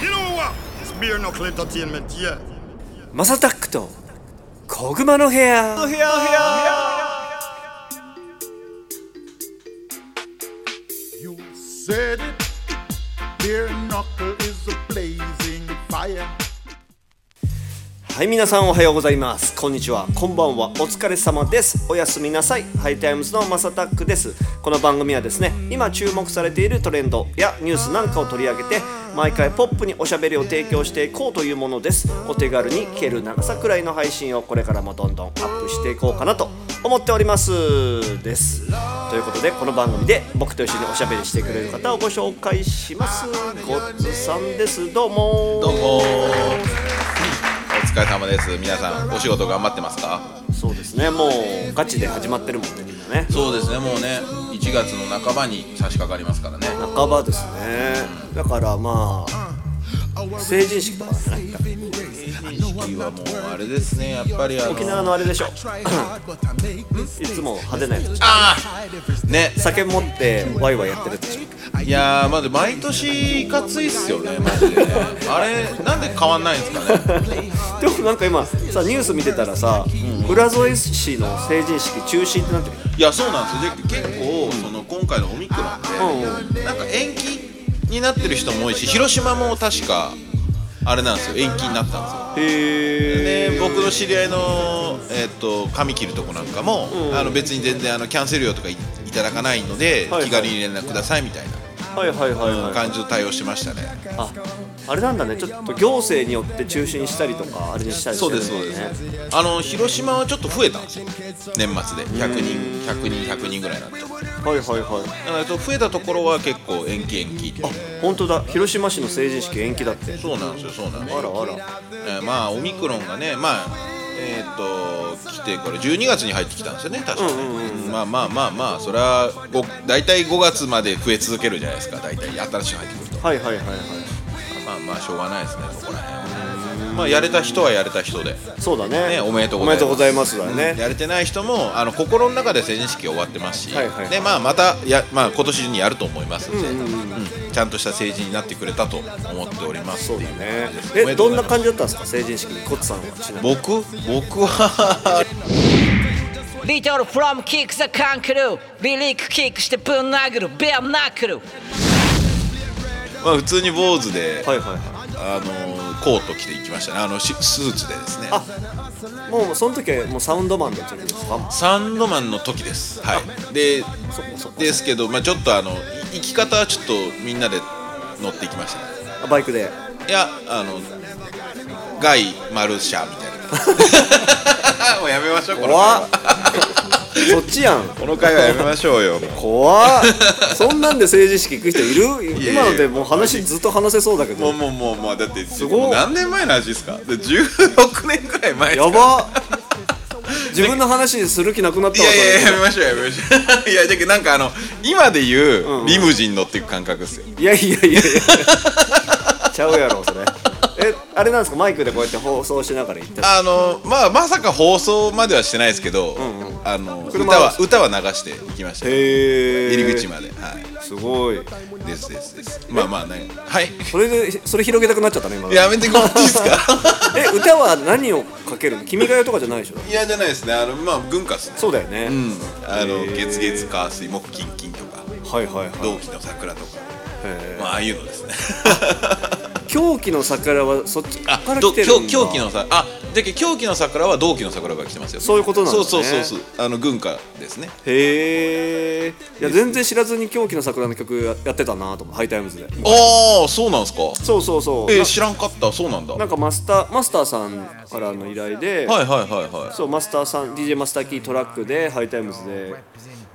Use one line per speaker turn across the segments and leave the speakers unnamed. You know what? It's beer knuckle entertainment, yeah.
マサタックと小熊の部屋
You
said it. Beer knuckle is a blazing fire.
はい皆さんおはようございますこんにちはこんばんはお疲れ様ですおやすみなさいハイタイムズのマサタックですこの番組はですね今注目されているトレンドやニュースなんかを取り上げて毎回ポップにおしゃべりを提供していこうというものですお手軽に聞ける長さくらいの配信をこれからもどんどんアップしていこうかなと思っておりますですということでこの番組で僕と一緒におしゃべりしてくれる方をご紹介しますごっつさんですどうも
どうもお疲れ様です皆さんお仕事頑張ってますか
そうですねもうガチで始まってるもんねみんなね
そうですねもうね1月の半ばに差し掛かりますからね
半ばですねだからまあ成人式とかね
意識はもうあれですねやっぱりあの
沖縄のあれでしょいつも派手なやつでしょ
ね
酒持ってワイワイやってるやつでし
いやーまだ毎年いかついっすよねマジでねあれなんで変わんないんですかね
ょでもなんか今さニュース見てたらさ、浦添市の成人式中止ってなってる
いやそうなんですよで結構その今回のオミクロンでなんか延期になってる人も多いし広島も確かあれなんですよ延期になったんですよ
へ
で僕の知り合いの、えっと髪切るとこなんかも、あの別に全然あのキャンセル料とかいいただかないので、
はいはい
気軽に連絡くださいみたい
はいはいはい
な
はい
感じの対応してましたね、
ああれなんだねちょっと行政によって中止にしたりとかあれにしたりし
そう
てる
で
ん
す
だ
そう
よね
です、あの広島はちょっと増えたんですよ年末で100人100人100人ぐらいになってだか
はいはいはい
らちょっと増えたところは結構延期延期
あ本当だ広島市の成人式延期だって
そうなんですよそうなんです
あら
よ、
あら
えーまあオミクロンがねまあえーっと来てこれ12月に入ってきたんですよね確かに、まあまあまあまあそれはご大体5月まで増え続けるじゃないですか大体新しいの入ってくると
はいはいはいはい
まあまあしょうがないですねそこら辺はまあやれた人はやれた人で、
そうだね
ね、おめでとう
お
ご
め
ざいま
で
す
とうございますだね、
やれてない人もあの心の中で成人式終わってますし、
はいはいはい
でまあ、またや、まあ、今年中にやると思いますので、うんちゃんとした成人になってくれたと思っております
そうだ
っていう
ね
感じですおめ
え
でとう
どん
ご
ない
ざます
感じだったんですか成人式にコツさんはちなみに
僕僕は
Little from kick the kangaroo ビリックキックしてぶん殴るベアナックル
まあ普通に坊主で、
はいはいは
あのーコート着ていきましたねあのしスーツでですね
あいもうその時はもうサウンドマンの時ですか
サンドマンの時ですはいで
そっかそっか
ですけど、まあ、ちょっとあのい行き方はちょっとみんなで乗っていきましたね
あバイクで
いやあのガイマルシャみたい なもうやめましょうこの
怖
会
っ
話
そっちやん
この会話やめましょうよもう
怖っそんなんで成人式行く人いる
いや
今のでもう話ずっと話せそうだけ
も
ど
うもうもうもうだってす
ごい
何年前の話ですかで16年ぐらい前です
や
か
ば自分の話する気なくなっ
い
たわ
やいやいや
そ
やめましょうやめましょういやだけどなんかあの今で言うリムジン乗っていく感覚ですよ
れいやいやいやいやちゃうやろそれえあれなんですかマイクでこうやって放送しながら行った
あのまあまさか放送まではしてないですけど、あの歌
車は
は歌は流していきましたよ
へえ
入り口まではい
すごい
ですですですまあまあねはい
それでそれ広げたくなっちゃったね今の
やめてもらっていいですか
え歌は何をかけるの君が代とかじゃないでしょ
いやじゃないですねあのまあ文化ですね
そうだよね、
うんあの
へー
月月火水木金金とか
はいはいはい
同期の桜とか
へー
まあああいうのですね
狂気の桜はそっちか
あ
ら
ど
来てる
狂
んだ
狂気のさあだけど狂気の桜は同期の桜から来てますよ
そういうことなんだね
そうそうそうそうあの軍歌ですね
へえいや全然知らずに狂気の桜の曲ややってたなと思うハイタイムズで
ああそうなんですか
そうそうそう、
えー、
な
知らんかったそうなんだ
なんかマスターマスターさんからの依頼で、
はいはいはいは
そうマスターさん DJ マスターキートラックでハイタイムズで「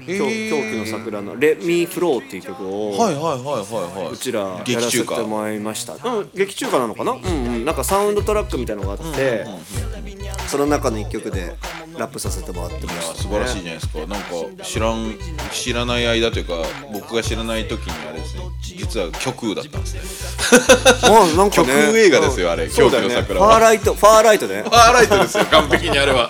狂
へー
狂気の桜」の「レ・ミー・フロー」っていう曲を、
いはいはいはいはいはいう
ちらやら
劇
せ
中
て
歌
もらいましたうん劇中歌なのかなうんうんなんかサウンドトラックみたいのがあって、その中の一曲でラップさせてもらってま
いや
した
素晴らしいじゃないですか、なんか知らん知らない間というか僕が知らない時にあれですね実は極右だったんですね
まあなんかね
極右映画ですよあれ
そうだよね
狂気の桜
フ
は
ァーライトファーライトね
パーライトですよ完璧にあれは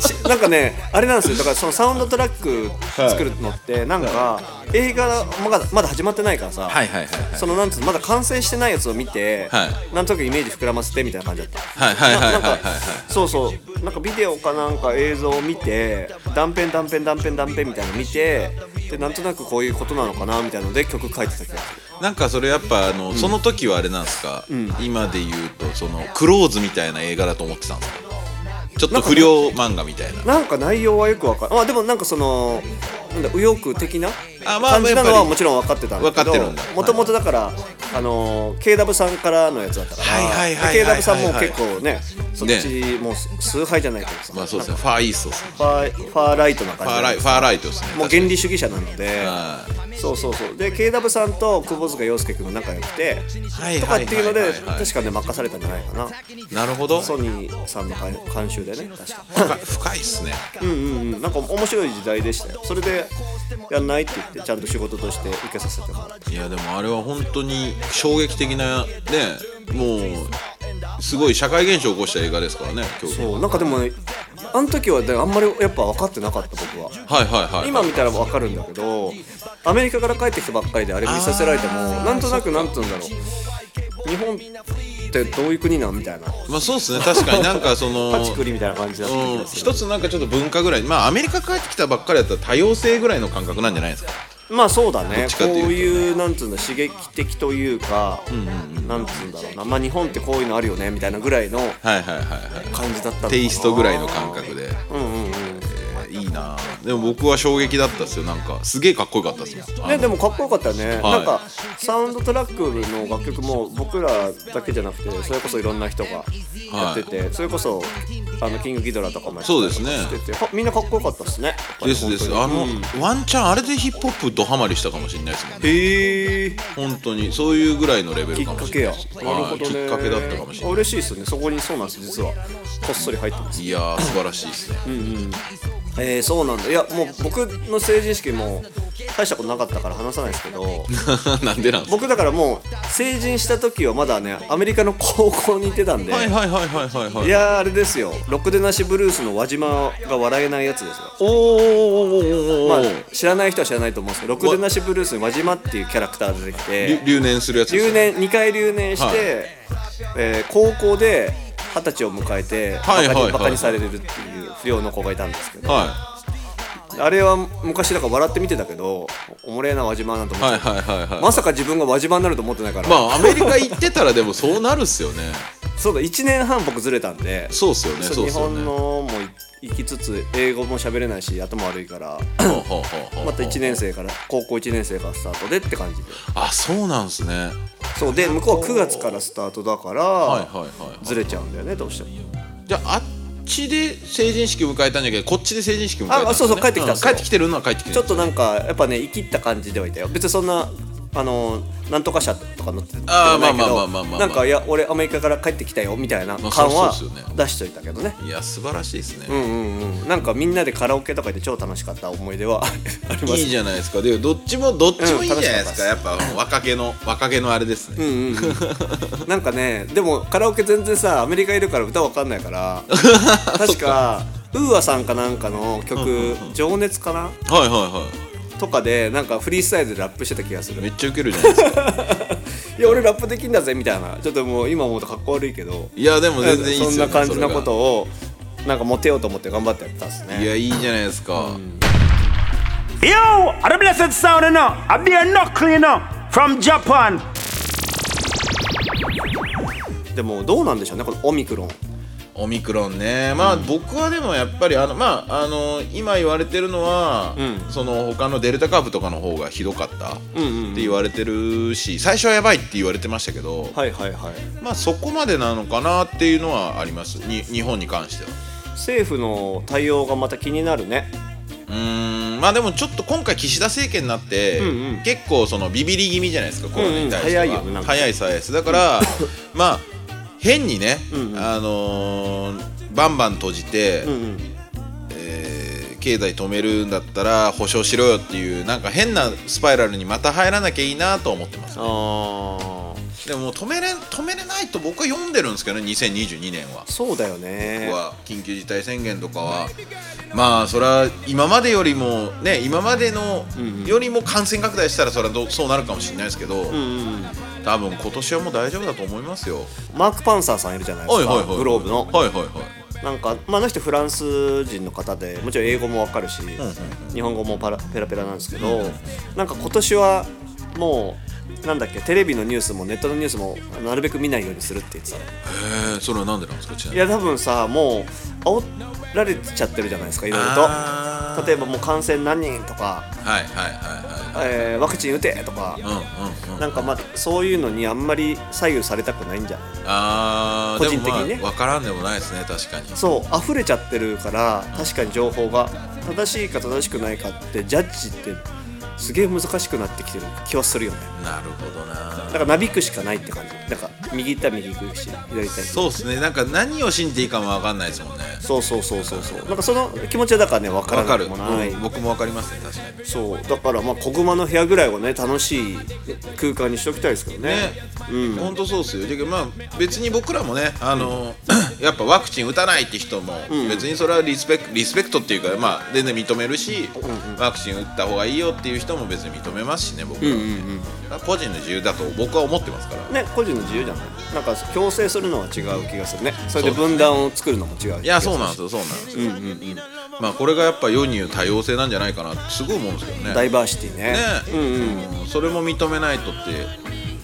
しなんかねあれなんですよだからそのサウンドトラック作るのってなんか映画まだまだ始まってないからさ、
はいはいはいはい
そのなんつうのまだ完成してないやつを見て、
は
なんとなくイメージ膨らませてみたいな感じだった
はいはいはいはいはい
な
はい
なんかそうそうなんかビデオかなんか映像を見て断片断片断片断片みたいなの見てでなんとなくこういうことなのかなみたいなので曲書いてたけど
なんかそれやっぱあの、その時はあれなんですか、今で言うとそのクローズみたいな映画だと思ってたんですかちょっと不良漫画みたいな
なんか内容はよくわかるあでもなんかそのなんだ右翼的な
あまあ
感じなの
やっ
は
ぱり
もちろん分かってたんだけ
分かってるんだ
どもともとだから、あの KW さんからのやつだったから、
はいはいはい
で
はい
KW さんも結構ねそっ
ね
ちもう崇拝じゃないけどさ、
まあそうです
な
ね
んか
ファーイーストですね
ファーファーライトな
フ
感
ァー
じ
ライファーライトですね
もう
確
原理主義者なので
かにはい
そうそうそうで KW さんと窪塚洋介君が仲良くて、
はいはいはいはい
とかっていうので確かね任されたんじゃないかな
なるほど
ソニーさんの監監修でね確か
深い深いっすね
うんうんうんなんか面白い時代でしたよそれでやんないって言ってちゃんと仕事として受けさせてもらって
いやでもあれは本当に衝撃的なねもうすごい社会現象を起こした映画ですからね今日
そうなんかでもねあの時はねあんまりやっぱ分かってなかった僕は
はいはいは い
今見たら分かるんだけどアメリカから帰ってきたばっかりであれ見させられてもなんとなくなんて言うんだろう日本ってどういう国なんみたいな
まあそうですね確かになんかそ の
パチクリみたいな感じだった
う
気
ん、
がする
一つなんかちょっと文化ぐらいまあアメリカ帰ってきたばっかりだったら多様性ぐらいの感覚なんじゃないですか
まあそうだね
っち
こ
か
う
というと
いうなんつうんだ刺激的というか、なんつうんだろうなまあ日本ってこういうのあるよねみたいなぐらいの
はいはいはいはい
感じだったのかな
テイストぐらいの感
うん
覚で、
うんうん
えーいいなでも僕は衝撃だったっすよなんかすげえかっこよかったっすよあ
ね、
の
でもかっこよかったよね、
い
なんかサウンドトラックの楽曲も僕らだけじゃなくてそれこそいろんな人がやってて、それこそあのキングギドラとかもやって
そうですね
ててかみんなかっこよかったっすね
ですですあ
本当に
の、ワンチャンあれでヒップホップドハマりしたかもしれないですもんね
へえ
本当にそういうぐらいのレベ
き
ル
っ
かも
か
し
け
れ
や
な
ない
です
るほどね
はいきっかけだったかもしれ
あ
ない
嬉しいですねそこにそうなんです実はこっそり入ってます
いやー素晴らしいですね
えー、そうなんだいやもう僕の成人式も大したことなかったから話さないですけど
なんでなんですか
僕だからもう成人した時はまだねアメリカの高校に行ってたんで、
はいはいはいはいはいはい
いやーあれですよ「ろくでなしブルース」の輪島が笑えないやつですよ
おーおーおーおーお
まあ
ー、
知らない人は知らないと思うんですけど「ろくでなしブルース」に輪島っていうキャラクターが出てき
留
て
留年するやつです
留
よ
年2回留年して、
はい
えー高校で二十歳を迎えてバカ
はい
に
はいはい
バカにされるっていう不良の子がいたんですけど
は
あれは昔だから笑って見てたけどおもれえな輪島なんて
い
思っ
は
て
いはいはいはい
まさか自分が輪島になると思ってないから、
まあアメリカ行ってたらでもそうなるっすよね
そうだ1年半僕ずれたんで
そうっすよね
そう
そうっ
日
すよ
本
ね
のも行きつつ英語も喋れないし頭悪いから
ほうほうほうほう
また1年生から高校1年生からスタートでって感じで
あそうなんすね
そうで向こうは9月からスタートだから、
はいはいはい
ずれちゃうんだよねどうしても
じゃああっちで成人式迎えたんじゃけどこっちで成人式迎えたんですね
あそうそう帰ってきたん
ん
です
帰
よ
ってきてるのは帰ってきてる
ちょっとなんかやっぱね生きった感じではいたよ別にそんなあのなんとか社とか乗って
あー
ないけど
まあまあまあまあまあま
な
あ
んかいや俺アメリカから帰ってきたよみたいな
まあ
感は
そうそうですよね
出しといたけどね
いや素晴らしいですね、
うんうんうんなんかみんなでカラオケとかで超楽しかった思い出は あります
いいじゃないですかでどっちもどっちもいいじゃないですか,、
うん
やっぱ若気の若気のあれですね、
なんかねでもカラオケ全然さアメリカいるから歌わかんないから 確かウーアさんかなんかの曲「情熱」かな
はいは
とかでなんかフリースタイルでラップしてた気がす
いはい
る
めっちゃウケるじゃないですか
いや俺ラップできんだぜみたいなちょっともう今思うとかっこ悪いけど
いやでも全然いいっすよ、
そ
ね、
んな感じのこと
を
をなんかモテようと思って頑張ってやってたんです
い
ね
やいいじゃないですか、
Yo, are the blessed sound enough? I be a knuckle enough from Japan.
でもどうなんでしょうねこのオミクロン
オミクロンねまあ、僕はでもやっぱりあのまああの今言われてるのは、その他のデルタ株とかの方がひどかったって言われてるし、最初はやばいって言われてましたけど、
はいはいはい
まあそこまでなのかなっていうのはありますに日本に関しては
政府の対応がまた気になるね
うーんまあでもちょっと今回岸田政権になって、
んうん
結構そのビビり気味じゃないですかコロナに対しては、
うんうん早いよねなんか
早い早いですだから まあ変にね、あのーバンバン閉じて、えー経済止めるんだったら保証しろよっていうなんか変なスパイラルにまた入らなきゃいいなと思ってます
あー
でももう止めれ止めれないと僕は読んでるんですけどね2022年は
そうだよね
僕は緊急事態宣言とかはまあそれは今までよりもね今までのよりも感染拡大したらそれはどうそうなるかもしれないですけど、多分今年はもう大丈夫だと思いますよ。
マーク・パンサーさんいるじゃないですかグローブの
はいはいはい
なんか、まあ、あの人フランス人の方でもちろん英語もわかるし、日本語もパラペラペラなんですけど、なんか今年はもうなんだっけテレビのニュースもネットのニュースもなるべく見ないようにするって言ってたの
へえそれはなんでなんですかちないみに
や多分さもう煽られちゃってるじゃないですかいろい
あ
ろ
ー
と例えばもう感染何人とか、
はいはいは
えーワクチン打てとか
いはいうんうんうん
なんかまあそういうのにあんまり左右されたくないんじゃない
あー
個人的にね
でもまあ分からんでもないですね確かに
そう溢れちゃってるから確かに情報が正しいか正しくないかってジャッジってすげえ難しくなってきてる気はするよね
なるほどな
だからなびくしかないって感じなんか右行ったら右行くし左行ったら左行くし
そうですねなんか何を信じていいかも分かんないですもんね
そうそうそうそうそうなんかその気持ちはだからね分から
分
な
か
く
る、
もない、
うん僕も分かりますね確かに
そうだからまあ小熊の部屋ぐらいはね楽しい空間にしておきたいですけどね
ね、本当そうですよ。だけどまあ別に僕らもね、あの やっぱワクチン打たないって人も別にそれはリスペクトリスペクトっていうかまあ全然認めるし、ワクチン打った方がいいよっていう人も別に認めますしね僕らはね、だから個人の自由だと僕は思ってますから。
ね個人の自由じゃないなんか強制するのは違う気がするねそれで分断を作るのも違う気がする
いやそうなんですよそうなんですよ。まあこれがやっぱ世に言う多様性なんじゃないかなってすごい思うんですけどね。
ダ
ね、
イバーシティね
うんそれも認めないとって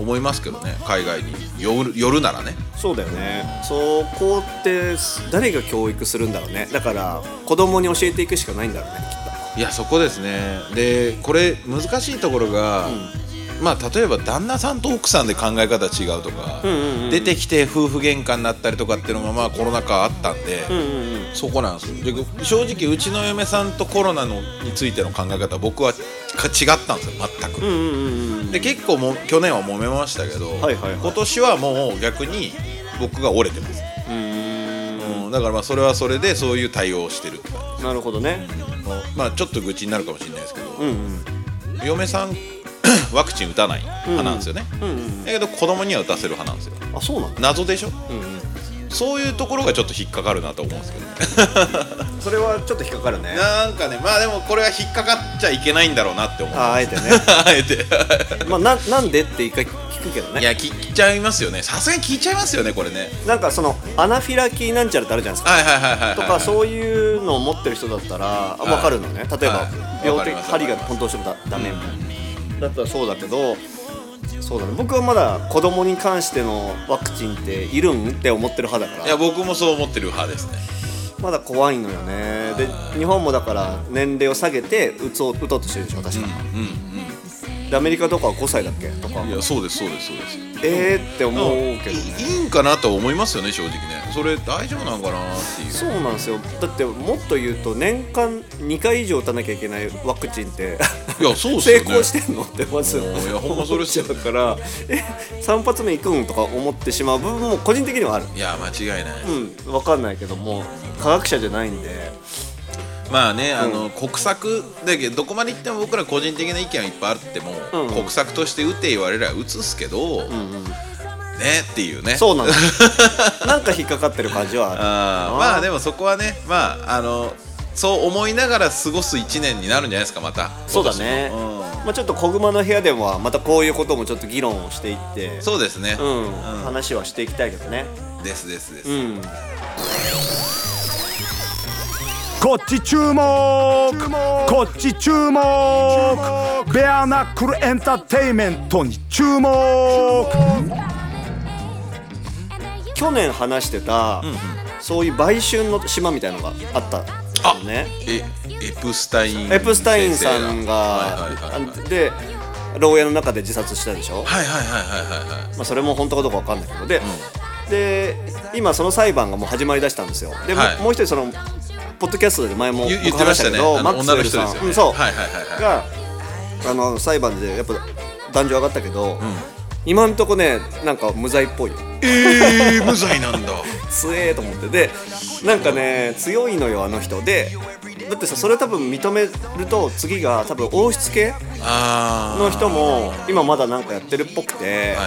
思いますけどね海外によるよるならね。
そうだよねそこって誰が教育するんだろうねだから子供に教えていくしかないんだろうね
いやそこですねでこれ難しいところが、まあ例えば旦那さんと奥さんで考え方違うとか、出てきて夫婦喧嘩になったりとかっていうのもまあコロナ禍あったんで、そこなんですよで正直うちの嫁さんとコロナのについての考え方僕はか違ったんですよ全く、で結構も去年は揉めましたけど、
はいはいはい
今年はもう逆に僕が折れてますうんだからまあそれはそれでそういう対応をしてるって感じ
きっとなるほどね
まあちょっと愚痴になるかもしれないですけど、嫁さん ワクチン打たない派なんですよね、だけど子供には打たせる派なんですよ
あそうなんだ
謎でしょ、そういうところがちょっと引っかかるなと思うんですけどね
それはちょっと引っかかるね
なんかねまあでもこれは引っかかっちゃいけないんだろうなって思う
ああえてね
あえて
まあななんでって一回聞くけど
い
ね
や聞いちゃいますよねさすがに聞いちゃいますよねこれね
なんかそのアナフィラキーなんちゃらってあるじゃないですか
はいはいはいはい、はい、
とかそういうのを持ってる人だったら分かるのね例えば
はい
病
わか
的
ります
針が混沌してもだダメみたいなだったらそうだけどそうだね僕はまだ子供に関してのワクチンっているんって思ってる派だから
いや僕もそう思ってる派ですね
まだ怖いのよねで日本もだから年齢を下げて打つお打とうとしてるでしょ確か、でアメリカとかは5歳だっけとか
いやそうですそうですそうです
えーって思うけどね
いいいんかなとは思いますよね正直ねそれ大丈夫なんかなっていう
そうなんですよだってもっと言うと年間2回以上打たなきゃいけないワクチンって
いやそうっす
成
よね
功してんのってまず
もういやほんまそれっすよね
だからえ3発目いくんとか思ってしまう部分も個人的にはある
いや間違いない、
うん分かんないけども科学者じゃないんで
まあねあの、国策だけどどこまで行っても僕ら個人的な意見はいっぱいあっても、
ん
国策として打て言われりゃ打つっすけど、ねっていうね
そうなんです なんか引っかかってる感じはある
あーまあでもそこはねまああのそう思いながら過ごす1年になるんじゃないですかまた
そうだね、
今年も
まあ、ちょっと小熊の部屋ではまたこういうこともちょっと議論をしていって
うんそうですね、
ん話はしていきたいけどね
ですですです、
うん
こっち注目こっち注目ベアナックルエンターテイメントに注目
去年話してた、そういう売春の島みたいのがあった
あ
のね
えエプスタイン
エプスタインさんが
はいはいはいはいはい
あで牢屋の中で自殺したでしょ、
はいはいはいはいはい
まあ、それも本当かどうかわかんないけどで,、で今その裁判がもう始まりだしたんですよで、も
はい
もう一人そのポッドキャストで前も
言
僕
言ってま
話し
したた
け
ね
ど
あの
マックスウェルさん、
女の人ですよね
うんそう、
はいはいはいはい
があの裁判でやっぱ男女上がったけど、今んとこねなんか無罪っぽいよ
えー、無罪なんだ
強えと思ってでなんかね強いのよあの人でだってさそれ多分認めると次が多分王室系
あ
の人も今まだなんかやってるっぽくて、
あはいはいはいは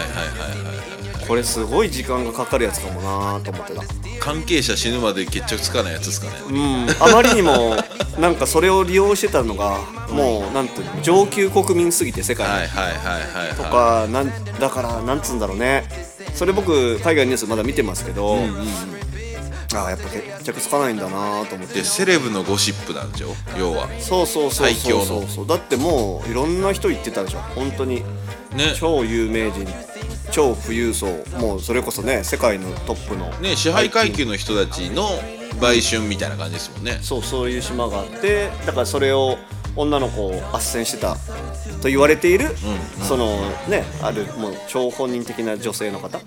い
これすごい時間がかかるやつかもなーと思ってた
関係者死ぬまで決着つかないやつですかね
うんあまりにもなんかそれを利用してたのがもうなんていうの上級国民すぎて世界の
はいはいはいはいはい
とかなんだからなんつうんだろうねそれ僕海外ニュースまだ見てますけど、ああやっぱ決着つかないんだなと思って
でセレブのゴシップなんでしょ要は
そうそうそう
最強
そ
の
うそうそうだってもういろんな人言ってたでしょ本当に
ね
超有名人超富裕層もうそれこそね世界のトップの
ね支配階級の人たちの売春みたいな感じですもんね
そうそういう島があってだからそれを女の子を斡旋してたと言われている、そのねあるもう張本人的な女性の方、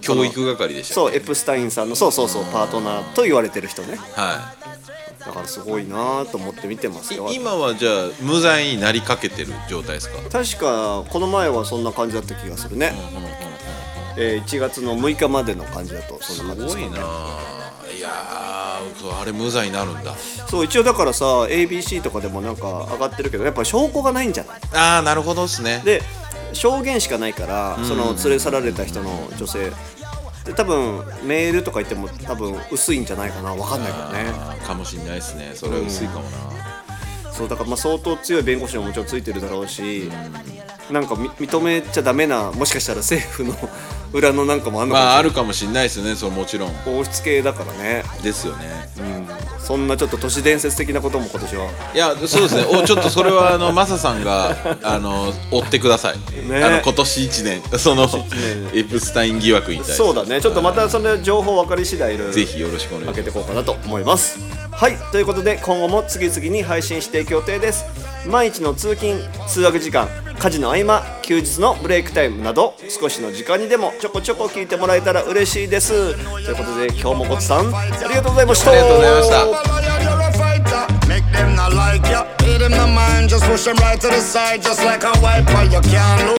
教育係でした
そうエプスタインさんのそうそうそうパートナーと言われてる人ね
は
だからすごいなと思って見てますよ
いい今はじゃあ無罪になりかけてる状態ですか
確かこの前はそんな感じだった気がするね、えー1月の6日までの感じだとそんな感じですす
ご
かね
いなあいやーあれ無罪になるんだ
そう一応だからさ ABC とかでもなんか上がってるけどやっぱ証拠がないんじゃない
ああなるほどですね
で証言しかないから、その連れ去られた人の女性で多分メールとか言っても多分薄いんじゃないかな分かんないけどね
あーかもしんないですねそれは薄いかもな、
そうだからまあ相当強い弁護士ももちろんついてるだろうし、なんかみ認めちゃダメなもしかしたら政府の 裏のなんかもあんのかもしれ
ま
ない
ああるかもしんないですねそうもちろん
王室系だからね、
ですよね
うん、そんなちょっと都市伝説的なことも今年はい
やそうですねおちょっとそれはあのマサさんがあの追ってください、
ね
あの今年1年その
年
エプスタイン疑惑に対して
そうだねちょっとまたその情報分かり次第いろいろ
ぜひよろしくお願い
開
し
け
ま
てい
す
こうかなと思いますはいということで今後も次々に配信していく予定です毎日の通勤通学時間家事の合間休日のブレイクタイムなど少しの時間にでもちょこちょこ聞いてもらえたら嬉しいですということで今日もごちさんありがとうございました
ありがとうございました
Warrior, you're a fighter. Make them not like ya. Pay them no mind, just push them right to the side, just like a wiper. You can't lose.